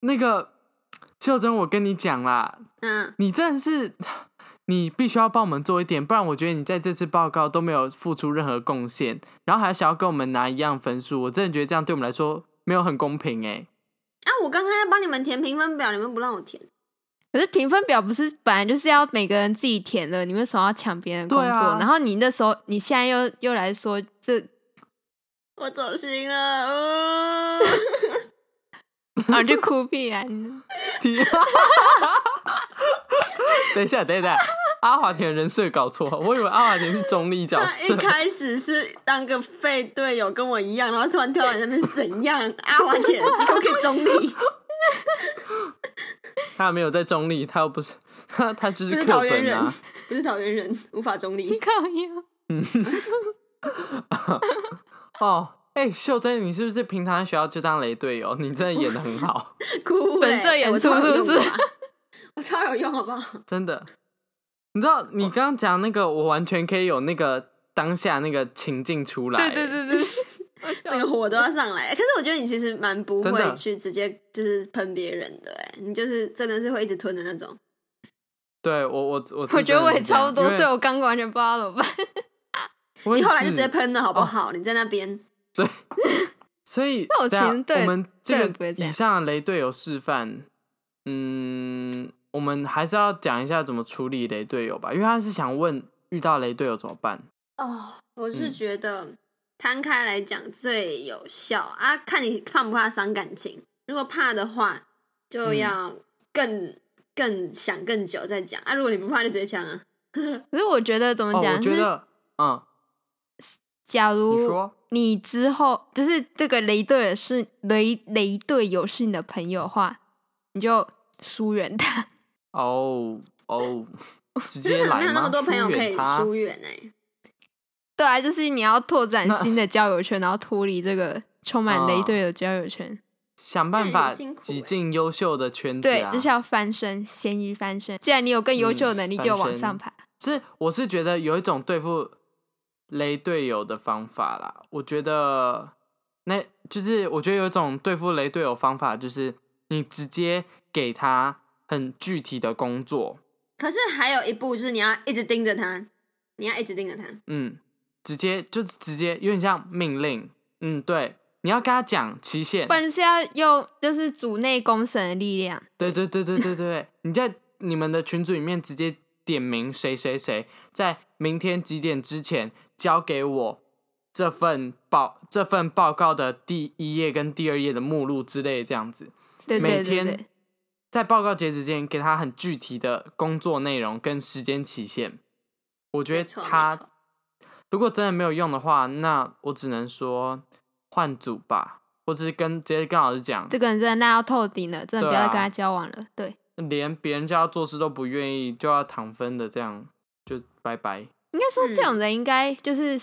Speaker 4: 那个秀珍，我跟你讲啦，
Speaker 3: 嗯，
Speaker 4: 你真的是， [sighs] 你必须要帮我们做一点，不然我觉得你在这次报告都没有付出任何贡献，然后还想要跟我们拿一样分数，我真的觉得这样对我们来说没有很公平哎、
Speaker 3: 啊，我刚刚要帮你们填评分表，你们不让我填。
Speaker 1: 可是评分表不是本来就是要每个人自己填的，你为什么要抢别人的工
Speaker 4: 对
Speaker 1: 作？
Speaker 4: 啊
Speaker 1: 然后你那时候，你现在又又来说这，
Speaker 3: 我走心了，[laughs]
Speaker 4: [laughs]
Speaker 3: 哦、
Speaker 1: 啊，你就哭屁啊！你
Speaker 4: 天 [laughs] 等一下，等一下，阿华田的人设搞错，我以为阿华田是中立角
Speaker 3: [laughs] 他一
Speaker 4: 色。
Speaker 3: 开始是当个废队友跟我一样，然后突然跳到你那边怎
Speaker 4: [laughs]
Speaker 3: 样？阿华田，你可不可以中立？
Speaker 4: 他没有在中立，他又不是 [laughs] 他，他只
Speaker 3: 不
Speaker 4: 是
Speaker 3: 是
Speaker 4: 课
Speaker 3: 桃园
Speaker 4: 本
Speaker 3: 人
Speaker 4: 啊。，
Speaker 3: 不是桃园人，无法中立。
Speaker 1: 靠呀！
Speaker 4: 哦，哎、秀珍，你是不是平常在学校就当雷队友？ [laughs] 你真的演的很好，
Speaker 3: 哭、欸，
Speaker 1: 本色演出
Speaker 3: 哎我超有
Speaker 1: 是不是
Speaker 3: 用吧 [laughs] 我超有用，好不好？
Speaker 4: 真的。你知道你刚刚讲那个，我完全可以有那个当下那个情境出来。
Speaker 1: 对对对 [laughs] 对，我笑
Speaker 3: 整个火都要上来。哎可是我觉得你其实蛮不
Speaker 4: 真的
Speaker 3: 会去直接就是喷别人的、哎，你就是真的是会一直吞的那种。
Speaker 4: 对我我我
Speaker 1: 我觉得我也差不多，所以
Speaker 4: 岁，
Speaker 1: 我刚刚完全不知道怎么办。
Speaker 4: 我
Speaker 3: 你
Speaker 4: 也哦
Speaker 3: 后来就是直接喷了，好不好？你在那边，
Speaker 4: 所以
Speaker 1: 那我
Speaker 4: 等下
Speaker 1: 其实对
Speaker 4: 我们
Speaker 1: 对
Speaker 4: 这
Speaker 1: 不会
Speaker 4: 个
Speaker 1: 这
Speaker 4: 以
Speaker 1: 样
Speaker 4: 上雷队友示范，嗯，我们还是要讲一下怎么处理雷队友吧，因为他是想问遇到雷队友怎么办。
Speaker 3: 哦，我是
Speaker 4: 嗯
Speaker 3: 觉得摊开来讲最有效啊，看你怕不怕伤感情。如果怕的话，就
Speaker 4: 嗯
Speaker 3: 要更、更想更久再讲啊。如果你不怕，就直接讲啊。
Speaker 1: 可是我觉得怎么
Speaker 4: 哦，
Speaker 1: 讲？
Speaker 4: 我觉
Speaker 1: 就是
Speaker 4: 得，嗯，
Speaker 1: 假
Speaker 4: 你
Speaker 1: 如
Speaker 4: 说，
Speaker 1: 你之后就是这个雷队友是雷雷队友是你的朋友的话，你就疏远他。 [laughs]
Speaker 4: 哦
Speaker 3: [laughs]
Speaker 4: 哦，直
Speaker 3: 真
Speaker 4: 接
Speaker 3: 的可能
Speaker 4: 来
Speaker 3: 没有那
Speaker 4: 吗
Speaker 3: 么多朋友
Speaker 4: 疏远
Speaker 3: 可以
Speaker 4: 他
Speaker 3: 疏远哎、
Speaker 1: 对啊，就是你要拓展
Speaker 4: 那
Speaker 1: 新的交友圈，然后脱离这个充满雷
Speaker 4: 哦
Speaker 1: 队友的交友圈。
Speaker 4: 想办
Speaker 3: 很
Speaker 4: 法
Speaker 3: 辛苦
Speaker 4: 挤
Speaker 3: 欸
Speaker 4: 进优秀的圈子
Speaker 1: 对，
Speaker 4: 啊。
Speaker 1: 就是要翻身，咸鱼翻身。既然你有更优
Speaker 4: 嗯
Speaker 1: 秀的能力，
Speaker 4: 翻
Speaker 1: 就往
Speaker 4: 身
Speaker 1: 上爬。
Speaker 4: 是我是觉得有一种对付雷队友的方法啦，我觉得那就是我觉得有一种对付雷队友方法，就是你直接给他很具体的工作，
Speaker 3: 可是还有一步就是你要一直盯着他，你要一直盯着他。
Speaker 4: 嗯，直接就直接有点像命令，嗯，对，你要跟他讲期限
Speaker 1: 不，然就是要用就是组内功神的力量。
Speaker 4: 对对对对对对，你在你们的群组里面直接点名谁谁谁，在明天几点之前交给我这份报这份报告的第一页跟第二页的目录之类，这样子，
Speaker 1: 对对
Speaker 4: 每
Speaker 1: 对对
Speaker 4: 天，在报告截止前给他很具体的工作内容跟时间期限。我觉
Speaker 3: 没
Speaker 4: 得
Speaker 3: 错没
Speaker 4: 他
Speaker 3: 错
Speaker 4: 如果真的没有用的话，那我只能说换组吧，或者是跟直接跟老师讲，
Speaker 1: 这个人真的烂到透顶了，真的不
Speaker 4: 对
Speaker 1: 要再
Speaker 4: 啊
Speaker 1: 跟他交往了。对，
Speaker 4: 连别人家做事都不愿意，就要躺分的，这样就拜拜。
Speaker 1: 应该说这
Speaker 3: 嗯
Speaker 1: 种人应该就是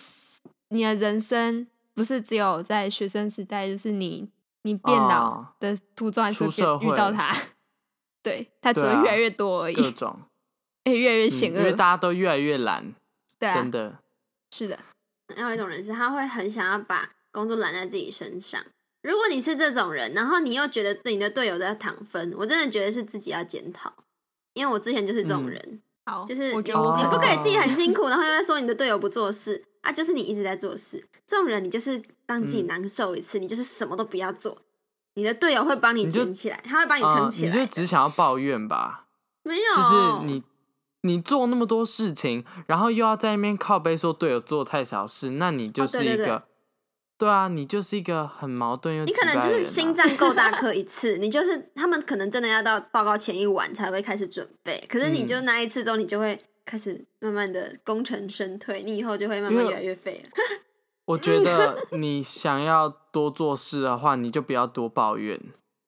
Speaker 1: 你的人生不是只有在学生时代，就是你你变老
Speaker 4: 哦
Speaker 1: 的途中还是
Speaker 4: 出
Speaker 1: 会
Speaker 4: 社
Speaker 1: 遇到
Speaker 4: 会
Speaker 1: 他，对他只
Speaker 4: 对
Speaker 1: 会
Speaker 4: 啊
Speaker 1: 越来越多而已，
Speaker 4: 各种，
Speaker 1: 而且越来越
Speaker 4: 嗯
Speaker 1: 险
Speaker 4: 因为
Speaker 1: 恶。
Speaker 4: 大家都越来越懒，
Speaker 1: 对啊
Speaker 4: 真，的。
Speaker 1: 是的，
Speaker 3: 还有一种人是他会很想要把工作揽在自己身上。如果你是这种人，然后你又觉得对你的队友在躺分，我真的觉得是自己要检讨，因为我之前就是这种
Speaker 4: 嗯
Speaker 3: 人，
Speaker 1: 好，
Speaker 3: 就是
Speaker 1: 我
Speaker 3: 你
Speaker 1: 觉得我
Speaker 4: 哦
Speaker 3: 你
Speaker 1: 能
Speaker 3: 不可以自己很辛苦，然后又在说你的队友不做事啊，就是你一直在做事。这种人，你就是让自己
Speaker 4: 嗯
Speaker 3: 难受一次，你就是什么都不要做，你的队友会帮你
Speaker 4: 你就
Speaker 3: 捡起来，他会帮你撑
Speaker 4: 嗯，
Speaker 3: 起
Speaker 4: 你
Speaker 3: 来哦
Speaker 4: 就
Speaker 3: 的。
Speaker 4: 只想要抱怨吧，
Speaker 3: 没有，
Speaker 4: 就是你你做那么多事情，然后又要在那边靠背说队友做太少事，那你就
Speaker 3: 哦对
Speaker 4: 是一
Speaker 3: 对对
Speaker 4: 个，对啊，你就是一个很矛盾又
Speaker 3: 你可能
Speaker 4: 直白
Speaker 3: 就是
Speaker 4: 的人啊
Speaker 3: 心脏够大颗一次， [laughs] 你就是他们可能真的要到报告前一晚才会开始准备，可是你
Speaker 4: 嗯
Speaker 3: 就那一次之后，你就会开始慢慢的功成身退，你以后就会慢慢
Speaker 4: 因为
Speaker 3: 越来越废
Speaker 4: [laughs]
Speaker 3: 了。
Speaker 4: 我觉得你想要多做事的话，你就不要多抱怨。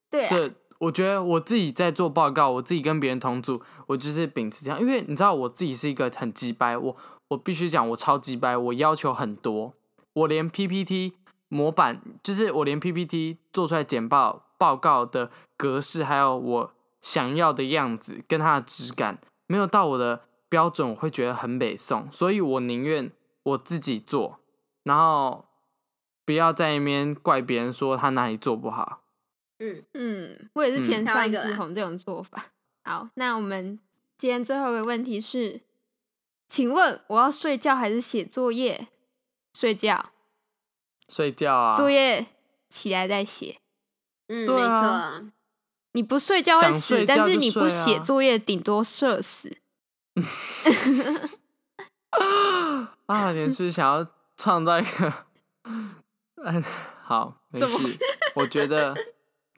Speaker 1: 对啊，
Speaker 4: 这我觉得我自己在做报告，我自己跟别人同组，我就是秉持这样，因为你知道我自己是一个很鸡掰，我我必须讲我超鸡掰，我要求很多，我连 PPT 模板，就是我连 PPT 做出来简报报告的格式，还有我想要的样子跟它的质感，没有到我的标准，我会觉得很北宋，所以我宁愿我自己做，然后不要在那边怪别人说他哪里做不好。
Speaker 1: 嗯，我也是
Speaker 4: 嗯
Speaker 1: 偏
Speaker 3: 挑
Speaker 1: 向
Speaker 3: 一个
Speaker 1: 志
Speaker 3: 啦
Speaker 1: 宏这种做法。好，那我们今天最后一个问题是，请问我要睡觉还是写作业？睡觉，
Speaker 4: 睡觉啊，
Speaker 1: 作业起来再写。
Speaker 3: 嗯，
Speaker 4: 对
Speaker 3: 没
Speaker 4: 啊
Speaker 3: 错，
Speaker 1: 你不睡觉会
Speaker 4: 想
Speaker 1: 死，
Speaker 4: 睡
Speaker 1: 但
Speaker 4: 觉
Speaker 1: 是
Speaker 4: 就
Speaker 1: 你不
Speaker 4: 睡
Speaker 1: 写
Speaker 4: 啊
Speaker 1: 作业，顶多社死。
Speaker 4: 啊，连续想要创造一个，嗯，好，没事。我觉得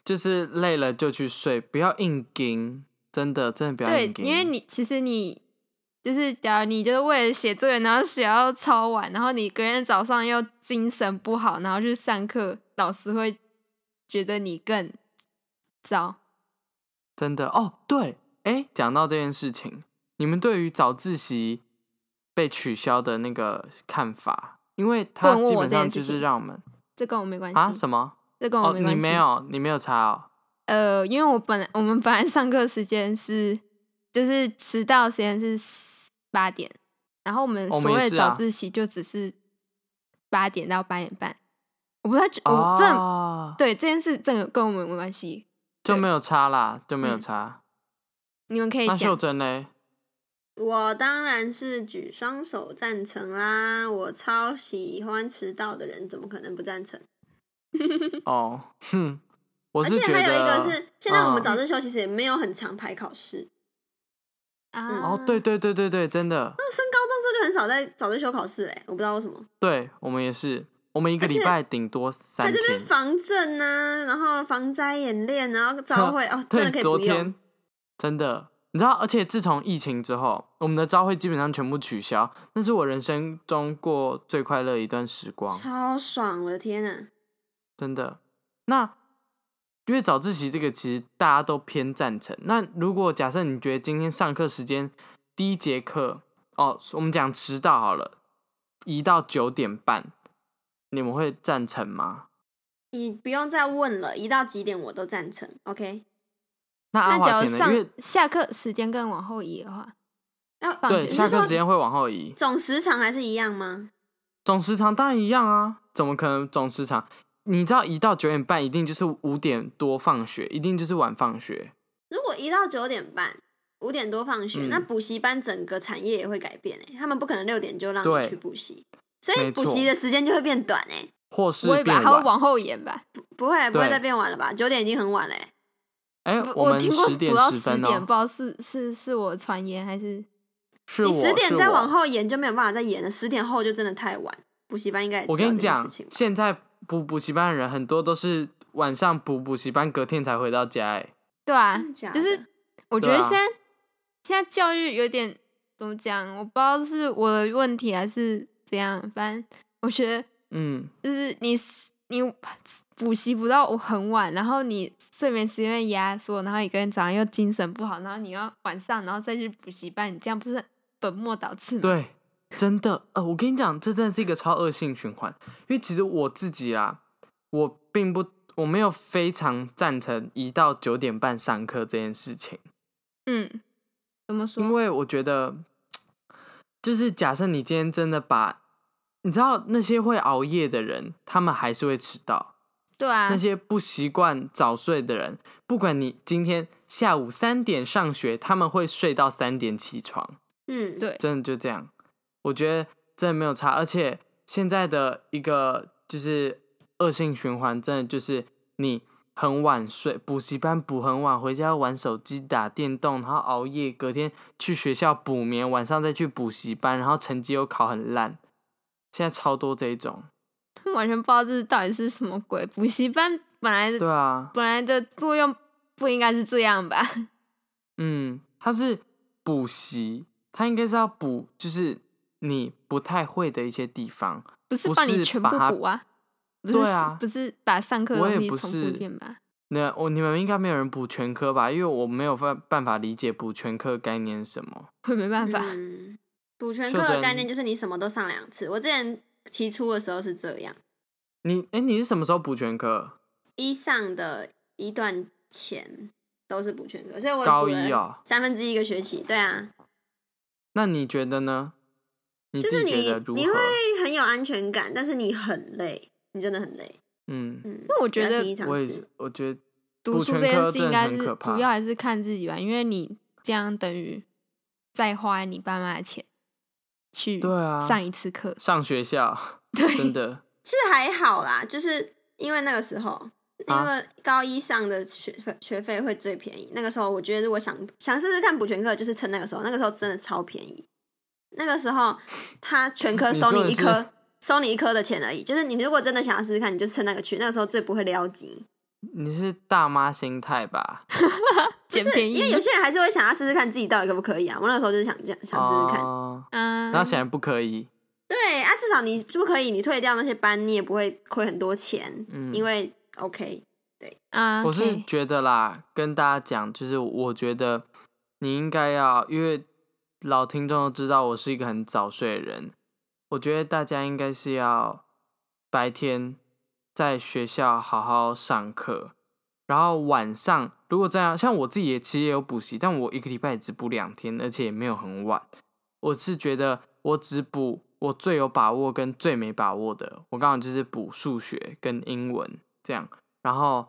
Speaker 4: 就是累了就去睡，不要硬盯，真的，真的不要
Speaker 1: 对
Speaker 4: 硬，盯。
Speaker 1: 因为你其实你就是，假如你就是为了写作业，然后写到超晚，然后你隔天早上又精神不好，然后去上课，老师会觉得你更糟。
Speaker 4: 真的哦，对，哎，讲到这件事情，你们对于早自习被取消的那个看法，因为它
Speaker 1: 问问
Speaker 4: 基
Speaker 1: 我
Speaker 4: 本
Speaker 1: 这件
Speaker 4: 上
Speaker 1: 事
Speaker 4: 就是
Speaker 1: 情
Speaker 4: 让我们
Speaker 1: 这跟我没关系
Speaker 4: 啊什么
Speaker 1: 这跟我
Speaker 4: 哦，
Speaker 1: 没关
Speaker 4: 你
Speaker 1: 系。
Speaker 4: 没有，你没有查哦，
Speaker 1: 呃，因为我本来我们本来上课时间是，就是迟到时间是八点，然后我们
Speaker 4: 我们
Speaker 1: 所
Speaker 4: 也
Speaker 1: 谓的
Speaker 4: 是
Speaker 1: 早
Speaker 4: 啊
Speaker 1: 自习就只是八点到八点半。我不太觉，我这、
Speaker 4: 哦，
Speaker 1: 对这件事真的跟我们没关系，
Speaker 4: 就没有查啦，就没有
Speaker 1: 嗯
Speaker 4: 查。
Speaker 1: 你们可以
Speaker 4: 那秀
Speaker 1: 讲。
Speaker 4: 珍嘞？
Speaker 3: 我当然是举双手赞成啦！我超喜欢迟到的人，怎么可能不赞成？
Speaker 4: 哦，哼，我
Speaker 3: 而
Speaker 4: 是
Speaker 3: 且
Speaker 4: 觉得，
Speaker 3: 还有一个是，现在我们
Speaker 4: 嗯
Speaker 3: 早自修其实也没有很常排考试，
Speaker 1: 啊
Speaker 4: 哦，对，对对对对，真的，
Speaker 3: 那啊升高中之后就很少在早自修考试嘞、我不知道为什么。
Speaker 4: 对我们也是，我们一个
Speaker 3: 而
Speaker 4: 礼
Speaker 3: 且
Speaker 4: 拜顶多
Speaker 3: 他
Speaker 4: 三
Speaker 3: 这边
Speaker 4: 天。
Speaker 3: 防震
Speaker 4: [laughs]
Speaker 3: 啊，然后防灾演练，然后招会哦，真的
Speaker 4: 对
Speaker 3: 可，以
Speaker 4: 昨
Speaker 3: 不用
Speaker 4: 天。真的，你知道，而且自从疫情之后，我们的招会基本上全部取消，那是我人生中过最快乐的一段时光，
Speaker 3: 超爽！我的天啊呐，
Speaker 4: 真的。那因为早自习这个，其实大家都偏赞成。那如果假设你觉得今天上课时间第一节课哦，我们讲迟到好了，移到九点半，你们会赞成吗？
Speaker 3: 你不用再问了，一到几点我都赞成。OK，
Speaker 4: 那阿
Speaker 1: 那假
Speaker 4: 华
Speaker 1: 如
Speaker 4: 田呢？因
Speaker 1: 上
Speaker 4: 为
Speaker 1: 下课时间更往后移的话，
Speaker 3: 要
Speaker 1: 放
Speaker 4: 对
Speaker 1: 学
Speaker 4: 下
Speaker 3: 你是
Speaker 4: 课
Speaker 3: 说
Speaker 4: 时间会往后移，
Speaker 3: 总时长还是一样吗？
Speaker 4: 总时长当然一样啊，怎么可能总时长？你知道一到九点半一定就是五点多放学，一定就是晚放学。
Speaker 3: 如果一到九点半，五点多放学，
Speaker 4: 嗯
Speaker 3: 那补习班整个产业也会改变诶、欸他们不可能六点就让
Speaker 4: 对
Speaker 3: 你去补习，所以
Speaker 4: 没
Speaker 3: 补
Speaker 4: 错
Speaker 3: 习的时间就会变短诶、欸
Speaker 4: 或是
Speaker 1: 不会吧？
Speaker 4: 变
Speaker 1: 它会
Speaker 4: 晚，
Speaker 1: 往后延吧？
Speaker 3: 不会不会
Speaker 4: 对
Speaker 3: 再变晚了吧？九点已经很晚了、欸，
Speaker 4: 哎、
Speaker 1: 不
Speaker 4: 们
Speaker 1: 听过
Speaker 4: 十点
Speaker 1: 补到
Speaker 4: 十
Speaker 1: 十
Speaker 4: 分
Speaker 1: 点，不
Speaker 4: 哦
Speaker 1: 知，道是是是我传言还是
Speaker 4: 是我
Speaker 3: 你十点再往，
Speaker 4: 是
Speaker 3: 后延就没有办法再延了，十点后就真的太晚。补习班应该也
Speaker 4: 我我
Speaker 3: 知道
Speaker 4: 跟你
Speaker 3: 这件
Speaker 4: 讲
Speaker 3: 事情，吧
Speaker 4: 现在补补习班的人很多都是晚上补补习班，隔天才回到家、哎，
Speaker 1: 对啊
Speaker 3: 真的，假
Speaker 1: 就是
Speaker 3: 的
Speaker 1: 我觉
Speaker 4: 对
Speaker 1: 得
Speaker 4: 啊
Speaker 1: 现在、现在教育有点怎么讲，我不知道是我的问题还是怎样，反正我觉得
Speaker 4: 嗯，
Speaker 1: 就是你 s- 你补习不到我很晚，然后你睡眠时间被压缩，然后一个人早上又精神不好，然后你要晚上然后再去补习班，你这样不是很本末倒置吗？
Speaker 4: 对，真的，呃，我跟你讲，这真的是一个超恶性循环。因为其实我自己啦，我并不，我没有非常赞成一到九点半上课这件事情，
Speaker 1: 嗯，怎么
Speaker 4: 因
Speaker 3: 啊
Speaker 1: 说？
Speaker 4: 为我觉得，就是假设你今天真的把，你知道那些会熬夜的人，他们还是会迟到；
Speaker 1: 对啊
Speaker 4: 那，些不习惯早睡的人，不管你今天下午三点上学，他们会睡到三点起床。
Speaker 3: 嗯，
Speaker 1: 对
Speaker 4: 真的就这样。我觉得真的没有差，而且现在的一个就是恶性循环，真的就是你很晚睡，补习班补很晚，回家玩手机、打电动，然后熬夜，隔天去学校补眠，晚上再去补习班，然后成绩又考很烂。现在超多这一种，
Speaker 1: 完全不知道这到底是什么鬼。补习班本来
Speaker 4: 对啊，
Speaker 1: 本来的作用不应该是这样吧？
Speaker 4: 嗯，它是补习，它应该是要补，就是你不太会的一些地方。
Speaker 1: 不是
Speaker 4: 不
Speaker 1: 帮你
Speaker 4: 是
Speaker 1: 全部
Speaker 4: 把它
Speaker 1: 补啊，不
Speaker 4: 对
Speaker 1: 是、
Speaker 4: 啊
Speaker 1: 不是把上课的
Speaker 4: 我也
Speaker 1: 东西
Speaker 4: 不
Speaker 1: 重复一
Speaker 4: 是
Speaker 1: 遍吧？ [laughs]
Speaker 4: 那我你们应该没有人补全科吧？因为我没有办办法理解补全科概念是什么。
Speaker 1: 我也没办法，
Speaker 3: 嗯，补全
Speaker 4: 秀
Speaker 3: 课的
Speaker 4: 珍
Speaker 3: 概念就是你什么都上两次。我之前期初的时候是这样，
Speaker 4: 你哎、你是什么时候补全科？
Speaker 3: 一上的一段前都是补全课，所以我
Speaker 4: 高
Speaker 3: 补
Speaker 4: 一
Speaker 3: 了
Speaker 4: 哦
Speaker 3: 三分之一个学期。对啊，
Speaker 4: 那你觉得呢？你
Speaker 3: 就
Speaker 4: 自
Speaker 3: 是
Speaker 4: 己
Speaker 3: 你
Speaker 4: 觉得如
Speaker 3: 你
Speaker 4: 何
Speaker 3: 会？很有安全感，但是你很累，你真的很累。
Speaker 4: 嗯，
Speaker 3: 嗯，
Speaker 1: 那我觉
Speaker 3: 不要
Speaker 1: 得
Speaker 3: 轻易尝
Speaker 4: 我也
Speaker 3: 试
Speaker 4: 是，我觉得
Speaker 1: 读
Speaker 4: 补
Speaker 1: 书
Speaker 4: 全
Speaker 1: 这件
Speaker 4: 科
Speaker 1: 事
Speaker 4: 真
Speaker 1: 应
Speaker 4: 的
Speaker 1: 该
Speaker 4: 很
Speaker 1: 是
Speaker 4: 可怕
Speaker 1: 主要还是看自己吧，因为你这样等于再花你爸妈的钱去
Speaker 4: 对啊
Speaker 1: 上一次课， [laughs]
Speaker 4: 上学校
Speaker 3: [laughs]
Speaker 1: 对，
Speaker 4: 真的
Speaker 3: 是还好啦，就是因为那个时候，那
Speaker 4: 啊
Speaker 3: 个高一上的学费学费会最便宜。那个时候，我觉得如果想想试试看补全课，就是趁那个时候，那个时候真的超便宜。那个时候，他全科
Speaker 4: [laughs] 你
Speaker 3: 收
Speaker 4: 根
Speaker 3: 你
Speaker 4: 本
Speaker 3: 一
Speaker 4: 是
Speaker 3: 科，收你一科的钱而已。就是你如果真的想要试试看，你就趁那个去，那个时候最不会撩急。
Speaker 4: 你是大妈心态吧？
Speaker 1: 捡
Speaker 3: 是
Speaker 1: 便宜
Speaker 3: 因为，有些人还是会想要试试看自己到底可不可以啊。我那个时候就是想这样想试试看。
Speaker 4: 哦，
Speaker 1: 嗯，
Speaker 4: 然后显然不可以。
Speaker 3: 对啊，至少你不可以，你退掉那些班，你也不会亏很多钱，
Speaker 4: 嗯
Speaker 3: 因为 OK
Speaker 1: 啊，
Speaker 4: 我是
Speaker 1: OK
Speaker 4: 觉得啦，跟大家讲，就是我觉得你应该要，因为老听众都知道我是一个很早睡的人，我觉得大家应该是要白天在学校好好上课，然后晚上如果这样，像我自己也其实也有补习，但我一个礼拜也只补两天，而且也没有很晚。我是觉得我只补我最有把握跟最没把握的，我刚好就是补数学跟英文这样。然后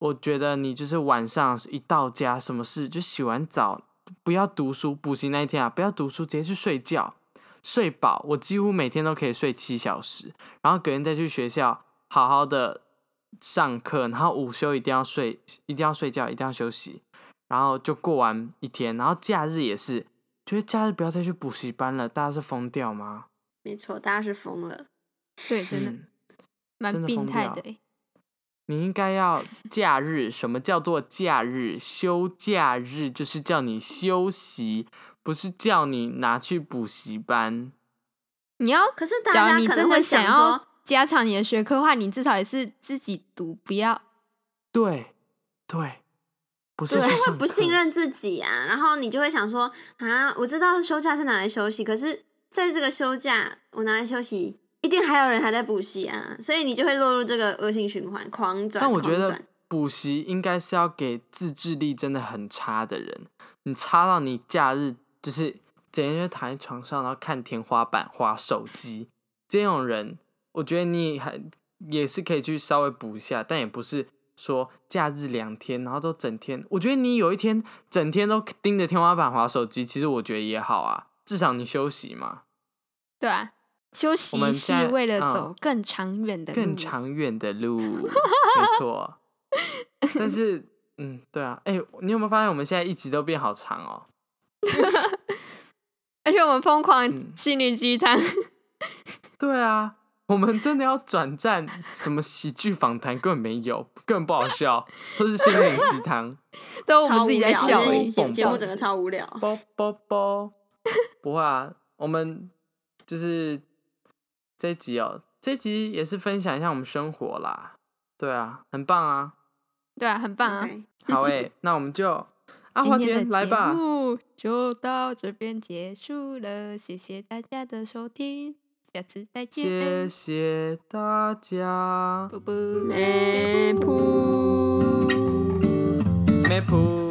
Speaker 4: 我觉得你就是晚上一到家，什么事就洗完澡，不要读书，补习那一天啊，不要读书，直接去睡觉，睡饱。我几乎每天都可以睡七小时，然后隔天再去学校好好的上课，然后午休一定要睡，一定要睡觉，一定要休息，然后就过完一天。然后假日也是，觉得假日不要再去补习班了，大家是疯掉吗？
Speaker 3: 没错，大家是疯了。
Speaker 1: 对，真的
Speaker 4: 嗯
Speaker 1: 蛮
Speaker 4: 真的
Speaker 1: 病
Speaker 4: 疯
Speaker 1: 态
Speaker 4: 掉
Speaker 1: 的欸，
Speaker 4: 你应该要假日，什么叫做假日？休假日就是叫你休息，不是叫你拿去补习班。
Speaker 1: 你要，
Speaker 3: 可是大
Speaker 1: 假
Speaker 3: 家
Speaker 1: 如你
Speaker 3: 可
Speaker 1: 真
Speaker 3: 能
Speaker 1: 的
Speaker 3: 会
Speaker 1: 想
Speaker 3: 想
Speaker 1: 要
Speaker 3: 说，
Speaker 1: 加强你的学科的话，你至少也是自己读，不要
Speaker 4: 对，对，不是
Speaker 3: 对，
Speaker 4: 去
Speaker 3: 因为
Speaker 4: 上
Speaker 3: 不
Speaker 1: 嗯
Speaker 3: 信
Speaker 4: 课
Speaker 3: 任自己啊，然后你就会想说啊，我知道休假是拿来休息，可是在这个休假我拿来休息，一定还有人还在补习啊，所以你就会落入这个恶性循环，狂转。
Speaker 4: 但我觉
Speaker 3: 狂
Speaker 4: 得
Speaker 3: 转
Speaker 4: 补习应该是要给自制力真的很差的人，你差到你假日就是整天就躺在床上，然后看天花板、划手机这种人，我觉得你还也是可以去稍微补一下，但也不是说假日两天，然后都整天。我觉得你有一天整天都盯着天花板划手机，其实我觉得也好啊，至少你休息嘛，
Speaker 1: 对啊。休息
Speaker 4: 们现
Speaker 1: 是
Speaker 4: 在
Speaker 1: 为了
Speaker 4: 嗯
Speaker 1: 走更长远的路，
Speaker 4: 更长远的路，没错。
Speaker 1: [laughs]
Speaker 4: 但是，嗯，对啊，哎、你有没有发现我们现在一集都变好长哦？
Speaker 1: 而且我们疯狂
Speaker 4: 嗯
Speaker 1: 心灵鸡汤，
Speaker 4: 对啊，我们真的要转战什么喜剧访谈，根本没有，根本不好笑，都是心灵鸡
Speaker 1: [laughs]
Speaker 4: 汤。
Speaker 1: 都我
Speaker 3: 超
Speaker 1: 们
Speaker 3: 无
Speaker 1: 自己
Speaker 3: 聊，
Speaker 1: 在笑
Speaker 3: 我
Speaker 1: 而
Speaker 3: 觉得
Speaker 1: 已。
Speaker 4: 这
Speaker 3: 节节目整个
Speaker 4: 蹦
Speaker 3: 超无聊。
Speaker 4: 啵啵啵，不会啊，我们就是这一集哦，这一集也是分享一下我们生活啦。对啊，很棒啊，
Speaker 1: 对啊，很棒啊！
Speaker 3: OK，
Speaker 1: [laughs]
Speaker 4: 好诶、那我们就阿华
Speaker 1: 今天的
Speaker 4: 田来吧
Speaker 1: 节。目就到这边结束了，谢谢大家的收听，下次再
Speaker 4: 谢
Speaker 1: 见，
Speaker 4: 谢大家，
Speaker 1: 啵啵。
Speaker 3: 没谱。
Speaker 4: 梅普。